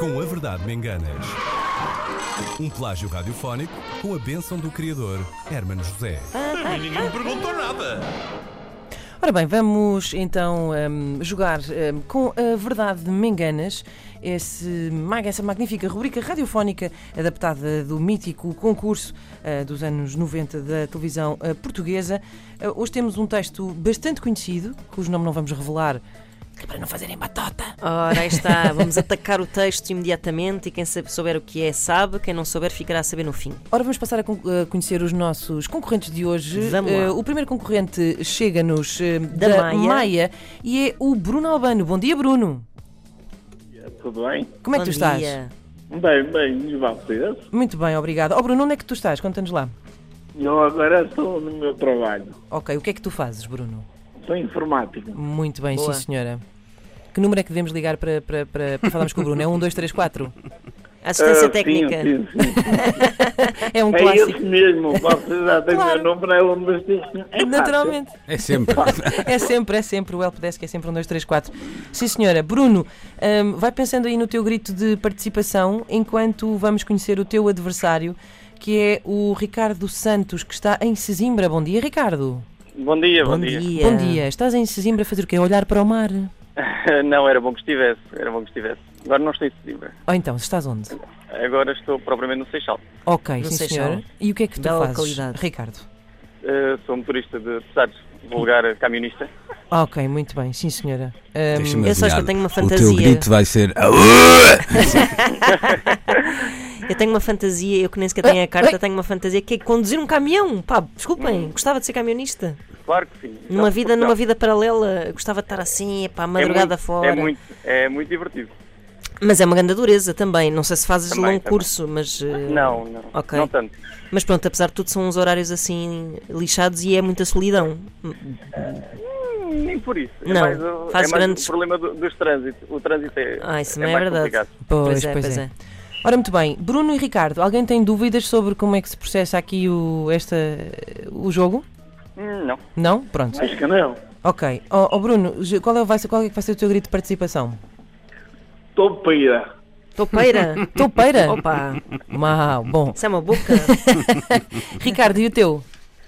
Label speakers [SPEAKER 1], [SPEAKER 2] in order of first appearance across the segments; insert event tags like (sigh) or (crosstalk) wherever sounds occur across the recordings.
[SPEAKER 1] Com a verdade me enganas. Um plágio radiofónico com a bênção do criador, Hermano José.
[SPEAKER 2] E ninguém me perguntou nada.
[SPEAKER 3] Ora bem, vamos então hum, jogar hum, com a verdade de Menganas, esse mag- essa magnífica rubrica radiofónica adaptada do mítico concurso ah, dos anos 90 da televisão ah, portuguesa. Ah, hoje temos um texto bastante conhecido, cujo nome não vamos revelar, que é para não fazerem batota.
[SPEAKER 4] Ora, aí está, vamos atacar o texto imediatamente e quem sabe- souber o que é sabe, quem não souber ficará a saber no fim.
[SPEAKER 3] Ora, vamos passar a con- a conhecer os nossos concorrentes de hoje.
[SPEAKER 4] Vamos lá.
[SPEAKER 3] Eh, o primeiro concorrente chega-nos eh, da,
[SPEAKER 4] Da
[SPEAKER 3] Maia.
[SPEAKER 4] Maia.
[SPEAKER 3] e é o Bruno Albano. Bom dia, Bruno.
[SPEAKER 5] Tudo bem?
[SPEAKER 3] Como é
[SPEAKER 4] Bom
[SPEAKER 3] que tu estás?
[SPEAKER 4] dia.
[SPEAKER 5] Bem, bem, e vocês?
[SPEAKER 3] Muito bem, obrigado. Oh, Bruno, onde é que tu estás? Conta-nos lá.
[SPEAKER 5] Eu agora estou no meu trabalho.
[SPEAKER 3] Ok, o que é que tu fazes, Bruno?
[SPEAKER 5] Sou informático.
[SPEAKER 3] Muito bem,
[SPEAKER 4] Boa.
[SPEAKER 3] sim, senhora. Que número é que devemos ligar para, para, para, para falarmos com o Bruno? É um, dois, três, quatro?
[SPEAKER 4] Assistência
[SPEAKER 5] Ah,
[SPEAKER 4] técnica.
[SPEAKER 5] Sim,
[SPEAKER 4] (laughs)
[SPEAKER 5] sim, sim.
[SPEAKER 3] É um
[SPEAKER 5] É
[SPEAKER 3] clássico.
[SPEAKER 5] esse mesmo. Vocês já têm o
[SPEAKER 3] Claro.
[SPEAKER 5] meu número, é um dos é
[SPEAKER 3] Naturalmente.
[SPEAKER 1] É sempre.
[SPEAKER 3] É sempre, é sempre. O helpdesk é sempre um, dois, três, quatro. Sim, senhora. Bruno, hum, vai pensando aí no teu grito de participação enquanto vamos conhecer o teu adversário, que é o Ricardo Santos, que está em Sesimbra. Bom dia, Ricardo.
[SPEAKER 5] fácil. Bom dia, bom,
[SPEAKER 4] Bom
[SPEAKER 5] dia.
[SPEAKER 4] dia.
[SPEAKER 3] Bom dia. Estás em Sesimbra a fazer o quê? A Olhar para o mar?
[SPEAKER 5] Não, era bom que estivesse, era bom que estivesse. Agora não estou em Sediba.
[SPEAKER 3] Ou então, estás onde?
[SPEAKER 5] Agora estou propriamente no Seixal.
[SPEAKER 3] Ok,
[SPEAKER 4] No
[SPEAKER 3] sim,
[SPEAKER 4] Seixal.
[SPEAKER 3] senhora. E o que é que tu
[SPEAKER 4] Bela
[SPEAKER 3] fazes,
[SPEAKER 4] localidade.
[SPEAKER 3] Ricardo?
[SPEAKER 5] Eh, sou motorista de pesados, vulgar camionista.
[SPEAKER 3] Ah, Ok, muito bem, sim, senhora. Hum,
[SPEAKER 1] Deixa-me
[SPEAKER 4] eu só acho
[SPEAKER 1] adivinhar.
[SPEAKER 4] que eu tenho uma
[SPEAKER 1] O teu
[SPEAKER 4] fantasia.
[SPEAKER 1] grito vai ser.
[SPEAKER 4] Eu tenho uma fantasia, eu que nem sequer
[SPEAKER 3] Ah,
[SPEAKER 4] tenho a carta, tenho uma fantasia que é conduzir um caminhão. Pá,
[SPEAKER 5] Hum.
[SPEAKER 4] desculpem, gostava de ser camionista.
[SPEAKER 5] Claro que sim.
[SPEAKER 4] Numa
[SPEAKER 5] Não,
[SPEAKER 4] vida,
[SPEAKER 5] não.
[SPEAKER 4] numa vida paralela, gostava de estar assim, pá,
[SPEAKER 5] É
[SPEAKER 4] madrugada
[SPEAKER 5] muito-
[SPEAKER 4] fora.
[SPEAKER 5] É muito, é muito divertido.
[SPEAKER 4] Mas é uma grande dureza também. Não sei se fazes
[SPEAKER 5] Também,
[SPEAKER 4] longo
[SPEAKER 5] também.
[SPEAKER 4] curso, mas. eh,
[SPEAKER 5] Não, não.
[SPEAKER 4] Ok.
[SPEAKER 5] Não tanto.
[SPEAKER 4] Mas pronto, apesar de tudo, são uns horários assim lixados e é muita solidão.
[SPEAKER 5] Nem por isso. É
[SPEAKER 4] Não,
[SPEAKER 5] mais, o-
[SPEAKER 4] faz
[SPEAKER 5] é mais
[SPEAKER 4] grandes-
[SPEAKER 5] o problema do, dos trânsitos. O trânsito é,
[SPEAKER 4] Ah, isso
[SPEAKER 5] é
[SPEAKER 4] não é,
[SPEAKER 5] mais
[SPEAKER 4] verdade.
[SPEAKER 5] complicado.
[SPEAKER 3] Pois, pois é. Ora, muito bem. Bruno e Ricardo, alguém tem dúvidas sobre como é que se processa aqui o, esta, o jogo?
[SPEAKER 5] Hum, não.
[SPEAKER 3] Não? Pronto.
[SPEAKER 5] Acho que não.
[SPEAKER 3] Ok. Ó ó, Bruno, j- qual é, o- vai ser, qual é que vai ser o teu grito de participação?
[SPEAKER 5] Estou peira.
[SPEAKER 4] (laughs) Topeira?
[SPEAKER 3] Toupeira?
[SPEAKER 4] Opa,
[SPEAKER 3] Mau, bom.
[SPEAKER 4] isso é uma boca.
[SPEAKER 3] Ricardo, e o teu?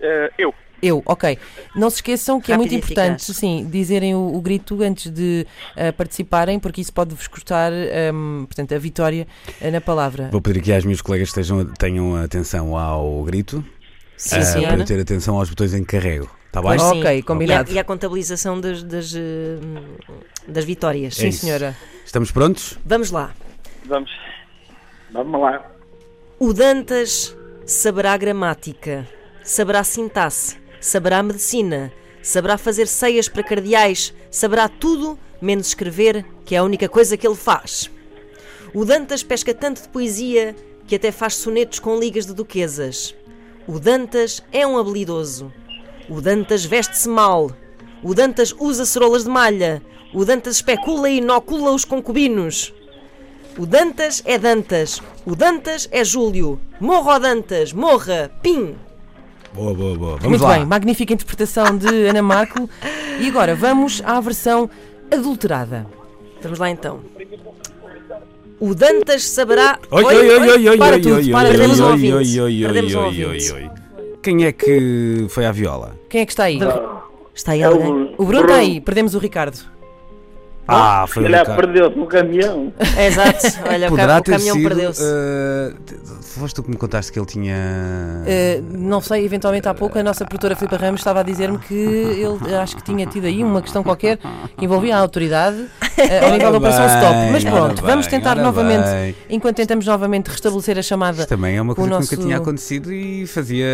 [SPEAKER 5] Eh, eu.
[SPEAKER 3] Eu, ok. Não se esqueçam que é
[SPEAKER 4] Rápido
[SPEAKER 3] muito
[SPEAKER 4] e
[SPEAKER 3] importante,
[SPEAKER 4] eficaz.
[SPEAKER 3] sim, dizerem o, o grito antes de ah, participarem, porque isso pode-vos custar, ahm, portanto, a vitória ah, na palavra.
[SPEAKER 6] Vou pedir aqui aos meus colegas que estejam, tenham atenção ao grito,
[SPEAKER 4] (laughs) Sim,
[SPEAKER 6] ah,
[SPEAKER 4] senhora.
[SPEAKER 6] para eu ter atenção aos botões em que carrego. Está bem?
[SPEAKER 4] Pois sim.
[SPEAKER 3] Ok, combinado.
[SPEAKER 4] E a, e a contabilização das, das, eh, das vitórias.
[SPEAKER 6] É
[SPEAKER 3] Sim,
[SPEAKER 6] isso.
[SPEAKER 3] senhora.
[SPEAKER 6] Estamos prontos?
[SPEAKER 4] Vamos lá.
[SPEAKER 5] Vamos. Vamos lá.
[SPEAKER 4] O Dantas saberá gramática, saberá sintaxe, saberá medicina, saberá fazer ceias para cardeais, saberá tudo menos escrever, que é a única coisa que ele faz. O Dantas pesca tanto de poesia que até faz sonetos com ligas de duquesas. O Dantas é um habilidoso. O Dantas veste-se mal. O Dantas usa cerolas de malha. O Dantas especula e inocula os concubinos. O Dantas é Dantas. O Dantas é Júlio. Morra o Dantas, morra, pim!
[SPEAKER 6] Boa, boa, boa. Vamos
[SPEAKER 3] Muito
[SPEAKER 6] lá.
[SPEAKER 3] bem, magnífica interpretação de Ana Marco. E agora vamos à versão adulterada.
[SPEAKER 4] Vamos lá então. O Dantas saberá.
[SPEAKER 6] Oi, oi, oi, oi, oi,
[SPEAKER 3] para
[SPEAKER 6] oi,
[SPEAKER 3] tudo,
[SPEAKER 6] oi,
[SPEAKER 3] para,
[SPEAKER 6] oi,
[SPEAKER 3] perdemos
[SPEAKER 6] oi,
[SPEAKER 4] um
[SPEAKER 6] oi,
[SPEAKER 4] ouvinte.
[SPEAKER 6] oi, oi,
[SPEAKER 4] Perdemos um
[SPEAKER 6] oi,
[SPEAKER 4] ouvinte.
[SPEAKER 6] oi, oi. Quem é que foi à viola?
[SPEAKER 3] Quem é que está aí?
[SPEAKER 4] Está aí alguém?
[SPEAKER 3] O Bruno está aí, perdemos o Ricardo.
[SPEAKER 6] Ah, foi o
[SPEAKER 5] Ele já
[SPEAKER 6] Ricardo.
[SPEAKER 5] perdeu-se no caminhão.
[SPEAKER 4] (laughs) Exato, olha, o,
[SPEAKER 6] É Poderá
[SPEAKER 4] ca- o
[SPEAKER 6] ter
[SPEAKER 4] caminhão
[SPEAKER 6] sido,
[SPEAKER 4] perdeu-se.
[SPEAKER 6] ah, te- foste tu que me contaste que ele tinha.
[SPEAKER 3] Eh, não sei, eventualmente há pouco a nossa produtora Filipa Ramos estava a dizer-me que ele eh, acho que tinha tido aí uma questão qualquer que envolvia a autoridade eh, ao
[SPEAKER 6] Ora
[SPEAKER 3] nível da Operação
[SPEAKER 6] bem,
[SPEAKER 3] Stop. Mas
[SPEAKER 6] ora
[SPEAKER 3] pronto,
[SPEAKER 6] bem,
[SPEAKER 3] vamos tentar
[SPEAKER 6] ora
[SPEAKER 3] novamente,
[SPEAKER 6] bem.
[SPEAKER 3] enquanto tentamos novamente restabelecer a chamada.
[SPEAKER 6] Isto também é uma
[SPEAKER 3] com
[SPEAKER 6] coisa
[SPEAKER 3] o
[SPEAKER 6] que
[SPEAKER 3] nosso-
[SPEAKER 6] nunca tinha acontecido e fazia.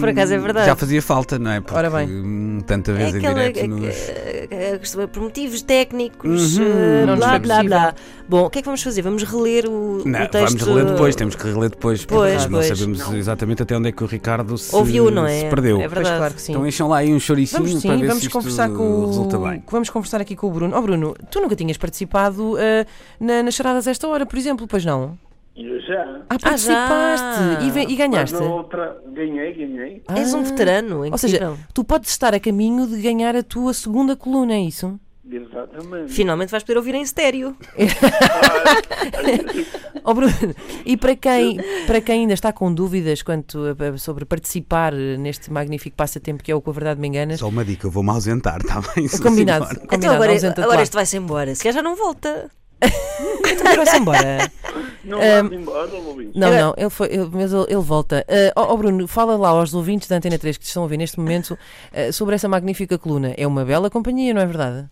[SPEAKER 4] Por acaso é verdade.
[SPEAKER 6] Já fazia falta, não é? Porque,
[SPEAKER 3] Ora bem.
[SPEAKER 6] hum, Tanta
[SPEAKER 4] É
[SPEAKER 6] vez em
[SPEAKER 4] aquela.
[SPEAKER 6] direto nos.
[SPEAKER 4] a- a- a questão- Por motivos técnicos,
[SPEAKER 6] Uhum.
[SPEAKER 4] eh,
[SPEAKER 3] Não nos
[SPEAKER 4] blá
[SPEAKER 3] foi
[SPEAKER 4] blá blá. Bom, o que é que vamos fazer? Vamos reler o,
[SPEAKER 6] Não,
[SPEAKER 4] o texto.
[SPEAKER 6] vamos reler depois, temos que reler depois, porque
[SPEAKER 4] Pois,
[SPEAKER 6] não
[SPEAKER 4] pois.
[SPEAKER 6] sabemos exatamente até onde é que o Ricardo se,
[SPEAKER 4] Ouviu, não é?
[SPEAKER 6] se perdeu.
[SPEAKER 4] É
[SPEAKER 3] Pois
[SPEAKER 4] verdade.
[SPEAKER 3] claro que sim.
[SPEAKER 6] Então encham lá aí um choricinho
[SPEAKER 3] Vamos
[SPEAKER 6] para
[SPEAKER 3] sim,
[SPEAKER 6] ver
[SPEAKER 3] vamos
[SPEAKER 6] se isto
[SPEAKER 3] conversar com o...
[SPEAKER 6] resulta bem.
[SPEAKER 3] Vamos conversar aqui com o Bruno. Oh Bruno, tu nunca tinhas participado eh, na- nas charadas a esta hora, por exemplo, pois não?
[SPEAKER 7] Eu já.
[SPEAKER 3] Ah, participaste
[SPEAKER 4] já.
[SPEAKER 3] e, ve- e ganhaste.
[SPEAKER 7] Mas na outra, ganhei, ganhei.
[SPEAKER 4] És
[SPEAKER 6] Ah.
[SPEAKER 4] um veterano,
[SPEAKER 3] Ou seja,
[SPEAKER 4] incrível.
[SPEAKER 3] tu podes estar a caminho de ganhar a tua segunda coluna, é isso?
[SPEAKER 7] Exatamente.
[SPEAKER 4] Finalmente vais poder ouvir em estéreo.
[SPEAKER 3] Ó, Oh, Bruno, e para quem, para quem ainda está com dúvidas quanto a- a- sobre participar eh, neste magnífico passatempo que é o Com a Verdade Me Enganas,
[SPEAKER 6] Só uma dica, eu vou-me ausentar, está bem? Sou (laughs)
[SPEAKER 3] combinado.
[SPEAKER 6] Simone.
[SPEAKER 3] combinado
[SPEAKER 4] então agora,
[SPEAKER 3] ausenta-te
[SPEAKER 4] agora
[SPEAKER 3] lá.
[SPEAKER 4] este vai-se embora. Se calhar já não volta.
[SPEAKER 3] Então vai-se embora.
[SPEAKER 7] Não vais embora, Luís.
[SPEAKER 3] Não, não, ele, foi, ele- mas ele, ele volta. Ah, Ó ó, Bruno, fala lá aos ouvintes da Antena 3 que te estão a ouvir neste momento ah, sobre essa magnífica coluna. É uma bela companhia, não é verdade?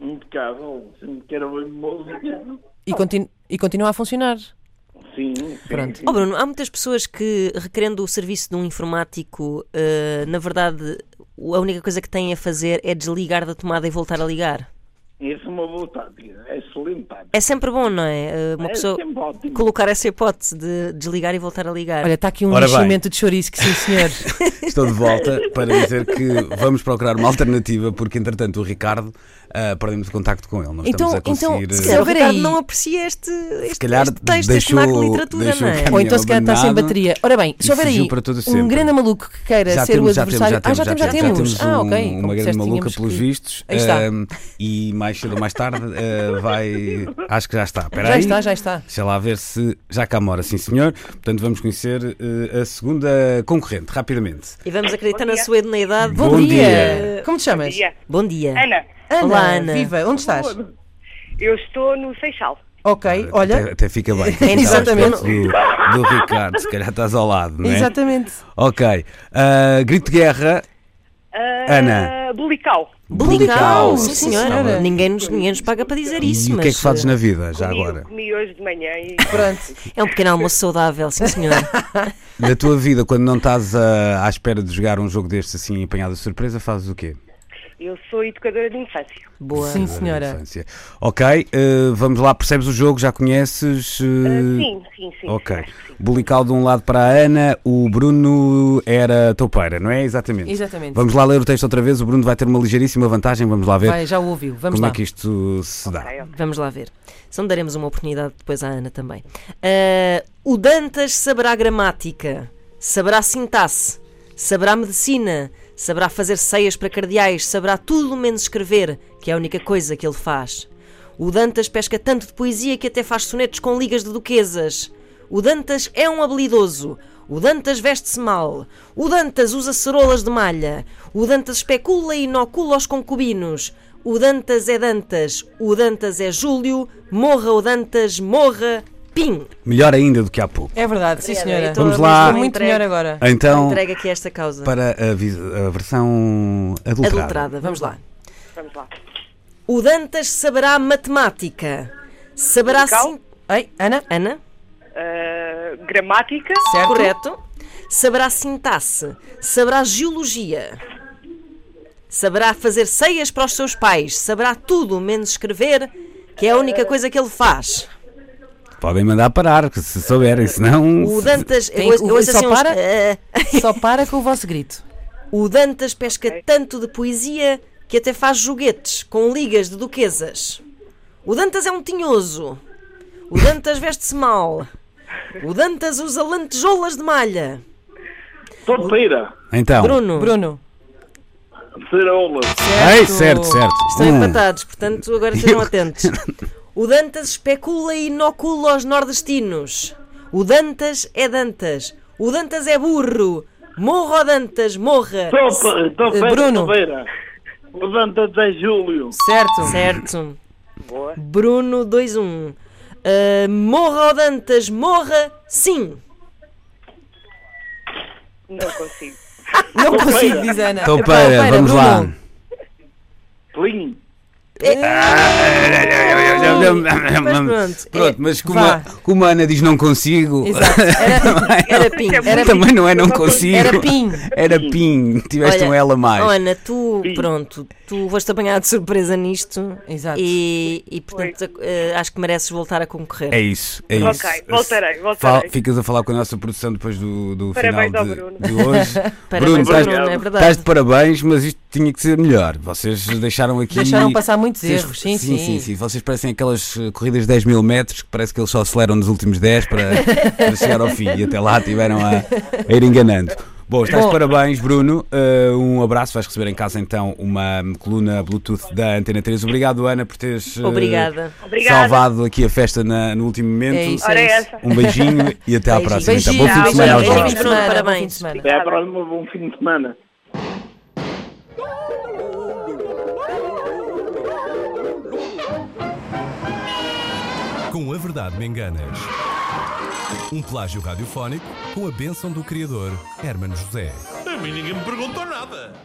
[SPEAKER 7] Um Impecável. Se me quer ouvir música.
[SPEAKER 3] E, continu- e continua a funcionar.
[SPEAKER 7] Sim, sim.
[SPEAKER 3] Pronto. Oh,
[SPEAKER 7] sim.
[SPEAKER 4] Ó Oh, Bruno, há muitas pessoas que, requerendo o serviço de um informático, eh, na verdade, o- a única coisa que têm a fazer é desligar da tomada e voltar a ligar.
[SPEAKER 7] Isso é uma boa tática. É excelente tática.
[SPEAKER 4] É sempre bom, não é? Eh, Uma
[SPEAKER 7] É
[SPEAKER 4] pessoa
[SPEAKER 7] sempre ótimo.
[SPEAKER 4] colocar essa hipótese de desligar e voltar a ligar.
[SPEAKER 3] Olha, está aqui um
[SPEAKER 6] Ora bem.
[SPEAKER 3] nascimento de chouriço, que
[SPEAKER 6] (laughs)
[SPEAKER 3] sim, senhor.
[SPEAKER 6] Estou de volta para dizer que vamos procurar uma alternativa, porque entretanto o Ricardo ah, perdemos o contacto com ele. Não
[SPEAKER 3] Então-
[SPEAKER 6] estamos a conseguir.
[SPEAKER 3] então, se
[SPEAKER 6] eh,
[SPEAKER 4] Se calhar o
[SPEAKER 3] Espera
[SPEAKER 4] Ricardo
[SPEAKER 3] aí.
[SPEAKER 4] não aprecia este, este,
[SPEAKER 6] calhar
[SPEAKER 4] este texto, este
[SPEAKER 6] deixou-
[SPEAKER 4] marco de literatura,
[SPEAKER 6] deixou
[SPEAKER 4] não é?
[SPEAKER 6] caminho
[SPEAKER 3] Ou então se calhar está sem
[SPEAKER 6] abandonado.
[SPEAKER 3] bateria. Ora bem, se
[SPEAKER 6] E
[SPEAKER 3] houver
[SPEAKER 6] fugiu
[SPEAKER 3] aí
[SPEAKER 6] para todo
[SPEAKER 3] um
[SPEAKER 6] sempre.
[SPEAKER 3] grande maluco que queira
[SPEAKER 6] já
[SPEAKER 3] ser
[SPEAKER 6] temos,
[SPEAKER 3] o
[SPEAKER 6] já temos,
[SPEAKER 3] adversário.
[SPEAKER 6] já temos,
[SPEAKER 3] ah, já temos, já temos. ah, ok.
[SPEAKER 6] um-
[SPEAKER 3] Como
[SPEAKER 6] uma grande
[SPEAKER 3] disseste,
[SPEAKER 6] maluca
[SPEAKER 3] tínhamos
[SPEAKER 6] pelos
[SPEAKER 3] que-
[SPEAKER 6] vistos.
[SPEAKER 3] Aí está.
[SPEAKER 6] ahm, e mais cedo ou mais tarde ah, vai. Acho que já está. Espera
[SPEAKER 3] Já
[SPEAKER 6] aí.
[SPEAKER 3] está, já está.
[SPEAKER 6] Deixa lá ver se já cá mora, sim senhor. Portanto, vamos conhecer eh, a segunda concorrente, rapidamente.
[SPEAKER 4] E vamos acreditar na sua idoneidade.
[SPEAKER 3] Bom,
[SPEAKER 6] Bom
[SPEAKER 3] dia.
[SPEAKER 6] dia.
[SPEAKER 3] Como te chamas?
[SPEAKER 8] Bom dia.
[SPEAKER 4] Bom dia.
[SPEAKER 8] Ana,
[SPEAKER 3] Ana,
[SPEAKER 4] Olá, Ana.
[SPEAKER 3] Viva, onde estás?
[SPEAKER 8] eu estou no Seixal.
[SPEAKER 3] Ok, olha.
[SPEAKER 6] Até, até fica bem.
[SPEAKER 3] (laughs)
[SPEAKER 4] Exatamente.
[SPEAKER 6] Estás perto Do, do Ricardo, se calhar estás ao lado, não é?
[SPEAKER 3] Exatamente.
[SPEAKER 6] Ok. Ah, grito de guerra.
[SPEAKER 8] Ah,
[SPEAKER 6] Ana.
[SPEAKER 8] Bulical.
[SPEAKER 4] Bulical,
[SPEAKER 6] Bulical,
[SPEAKER 4] sim,
[SPEAKER 3] sim,
[SPEAKER 4] senhora.
[SPEAKER 3] senhora.
[SPEAKER 4] Ninguém, nos, ninguém nos paga para dizer isso,
[SPEAKER 6] e o
[SPEAKER 4] mas eh,
[SPEAKER 6] que é que fazes na vida, já
[SPEAKER 8] Comi-
[SPEAKER 6] agora?
[SPEAKER 8] Comi hoje de manhã
[SPEAKER 6] (laughs)
[SPEAKER 8] e
[SPEAKER 3] Pronto.
[SPEAKER 4] é um pequeno almoço saudável, sim senhora.
[SPEAKER 6] Na tua vida, quando não estás ah, à espera de jogar um jogo destes assim apanhado de surpresa, fazes o quê?
[SPEAKER 8] eu sou educadora de infância.
[SPEAKER 4] Boa.
[SPEAKER 3] Sim,
[SPEAKER 6] Da
[SPEAKER 3] senhora.
[SPEAKER 6] infância. Ok, ah, vamos lá, percebes o jogo, já conheces?
[SPEAKER 8] Ah,
[SPEAKER 6] ah,
[SPEAKER 8] sim, sim, sim.
[SPEAKER 6] Ok.
[SPEAKER 8] sim, acho que sim.
[SPEAKER 6] Bulical de um lado para a Ana, o Bruno era toupeira, não é? Exatamente.
[SPEAKER 3] Exatamente.
[SPEAKER 6] Vamos lá ler o texto outra vez, o Bruno vai ter uma ligeiríssima vantagem, vamos lá ver
[SPEAKER 3] Vai, já o ouviu.
[SPEAKER 6] É
[SPEAKER 3] Vamos
[SPEAKER 6] como
[SPEAKER 3] lá.
[SPEAKER 6] é que isto se dá.
[SPEAKER 4] Vamos lá ver. Se não daremos uma oportunidade depois à Ana também. Ah, o Dantas saberá gramática, saberá sintaxe, saberá medicina, saberá fazer ceias para cardeais, saberá tudo menos escrever, que é a única coisa que ele faz. O Dantas pesca tanto de poesia que até faz sonetos com ligas de duquesas. O Dantas é um habilidoso. O Dantas veste-se mal. O Dantas usa cerolas de malha. O Dantas especula e inocula os concubinos. O Dantas é Dantas. O Dantas é Júlio. Morra o Dantas, morra. Pim!
[SPEAKER 6] Melhor ainda do que há pouco.
[SPEAKER 3] É verdade, sim, senhora.
[SPEAKER 4] Então,
[SPEAKER 6] Vamos lá.
[SPEAKER 4] eu
[SPEAKER 3] Muito
[SPEAKER 4] entrego-
[SPEAKER 3] melhor agora.
[SPEAKER 6] Então,
[SPEAKER 4] Entrega aqui esta causa.
[SPEAKER 6] para a, vis- a versão adulterada.
[SPEAKER 4] Adulterada. Vamos lá.
[SPEAKER 8] Vamos lá.
[SPEAKER 4] O Dantas saberá matemática. Saberá
[SPEAKER 8] Musical?
[SPEAKER 4] sin-
[SPEAKER 3] Ei, Ana?
[SPEAKER 4] Ana?
[SPEAKER 8] Ah, gramática.
[SPEAKER 3] Certo?
[SPEAKER 4] Correto. Saberá sintaxe, saberá geologia, saberá fazer ceias para os seus pais, saberá tudo menos escrever, que é a única coisa que ele faz.
[SPEAKER 6] Podem mandar parar, que se souberem, senão.
[SPEAKER 4] O
[SPEAKER 6] se-
[SPEAKER 4] Dantas.
[SPEAKER 3] Tem-
[SPEAKER 4] eu ouço- eu
[SPEAKER 3] o-
[SPEAKER 4] ouço
[SPEAKER 3] só
[SPEAKER 4] assim uns-
[SPEAKER 3] para?
[SPEAKER 4] eh,
[SPEAKER 3] Só para com o vosso grito.
[SPEAKER 4] o Dantas pesca tanto de poesia que até faz joguetes com ligas de duquesas. O Dantas é um tinhoso. O Dantas veste-se mal. O Dantas usa lantejoulas de malha.
[SPEAKER 7] Torteira.
[SPEAKER 6] Então.
[SPEAKER 4] Bruno.
[SPEAKER 3] Bruno.
[SPEAKER 7] Cerola.
[SPEAKER 6] Ei, certo, certo.
[SPEAKER 4] Estão
[SPEAKER 6] Hum.
[SPEAKER 4] empatados, portanto agora estejam atentos. O Dantas especula e inocula aos nordestinos. O Dantas é Dantas. O Dantas é burro. Morra, ó Dantas, morra.
[SPEAKER 7] Torteira. Torteira.
[SPEAKER 3] Bruno.
[SPEAKER 7] Torteira. Levanta-te, é Júlio.
[SPEAKER 3] Certo.
[SPEAKER 4] Certo. Bruno 2-1. Ah, morra, ó Dantas, morra, sim.
[SPEAKER 8] Não consigo.
[SPEAKER 3] Não consigo, diz a Ana.
[SPEAKER 6] Toupeira,
[SPEAKER 3] Epá,
[SPEAKER 6] Então, vamos lá. (coughs)
[SPEAKER 3] Bruno.
[SPEAKER 7] Plim.
[SPEAKER 4] Mas pronto,
[SPEAKER 6] Pronto,
[SPEAKER 4] é-
[SPEAKER 6] mas como a, como a Ana diz não consigo. (laughs)
[SPEAKER 3] Exato. Era,
[SPEAKER 4] Era ping.
[SPEAKER 8] Era
[SPEAKER 6] também
[SPEAKER 8] pim.
[SPEAKER 6] não é não
[SPEAKER 8] Eu não consigo.
[SPEAKER 6] consigo.
[SPEAKER 3] era pin.
[SPEAKER 6] Era pin, tiveste um L a mais.
[SPEAKER 4] Ana, tu, pronto, tu foste apanhar de surpresa nisto.
[SPEAKER 3] Exato.
[SPEAKER 4] E, e, portanto, ah, acho que mereces voltar a concorrer.
[SPEAKER 6] É isso, é
[SPEAKER 8] Ok,
[SPEAKER 6] isso.
[SPEAKER 8] voltarei, voltarei.
[SPEAKER 6] Fala- ficas a falar com a nossa produção depois do, do
[SPEAKER 8] Parabéns
[SPEAKER 6] final
[SPEAKER 8] ao
[SPEAKER 6] de,
[SPEAKER 8] Bruno.
[SPEAKER 6] de
[SPEAKER 8] (laughs)
[SPEAKER 6] hoje. Bruno,
[SPEAKER 4] Parabéns,
[SPEAKER 6] estás,
[SPEAKER 4] Bruno, é verdade.
[SPEAKER 6] estás de parabéns, mas isto tinha que ser melhor. Vocês deixaram aqui.
[SPEAKER 3] Deixaram passar muitos
[SPEAKER 6] vocês-
[SPEAKER 3] erros, sim,
[SPEAKER 6] sim,
[SPEAKER 3] sim.
[SPEAKER 6] Vocês parecem fizessem aquelas eh, corridas de 10 mil metros que parece que eles só aceleram nos últimos 10 para, para chegar ao fim e até lá tiveram a, a ir enganando. Bom, estás de
[SPEAKER 3] Bom.
[SPEAKER 6] parabéns, Bruno. Eh, um abraço. Vais receber em casa então uma hum, coluna Bluetooth da Antena 3. Obrigado, Ana, por teres eh,
[SPEAKER 4] Obrigada.
[SPEAKER 8] Obrigada.
[SPEAKER 6] salvado aqui a festa na- no último momento.
[SPEAKER 3] É isso,
[SPEAKER 8] Ora
[SPEAKER 3] é
[SPEAKER 8] é
[SPEAKER 3] isso.
[SPEAKER 8] essa.
[SPEAKER 6] Um beijinho e até à
[SPEAKER 4] Beijinho.
[SPEAKER 6] próxima. então.
[SPEAKER 3] Beijinhos,
[SPEAKER 6] Bom fim de semana aos
[SPEAKER 4] beijinhos,
[SPEAKER 6] vossos.
[SPEAKER 4] Bruno,
[SPEAKER 3] Bruno,
[SPEAKER 4] parabéns.
[SPEAKER 3] parabéns.
[SPEAKER 7] Até à próxima, um bom fim de semana.
[SPEAKER 1] Com a Verdade Me Enganas. Um plágio radiofónico com a bênção do criador Hermano José.
[SPEAKER 2] A mim ninguém me perguntou nada.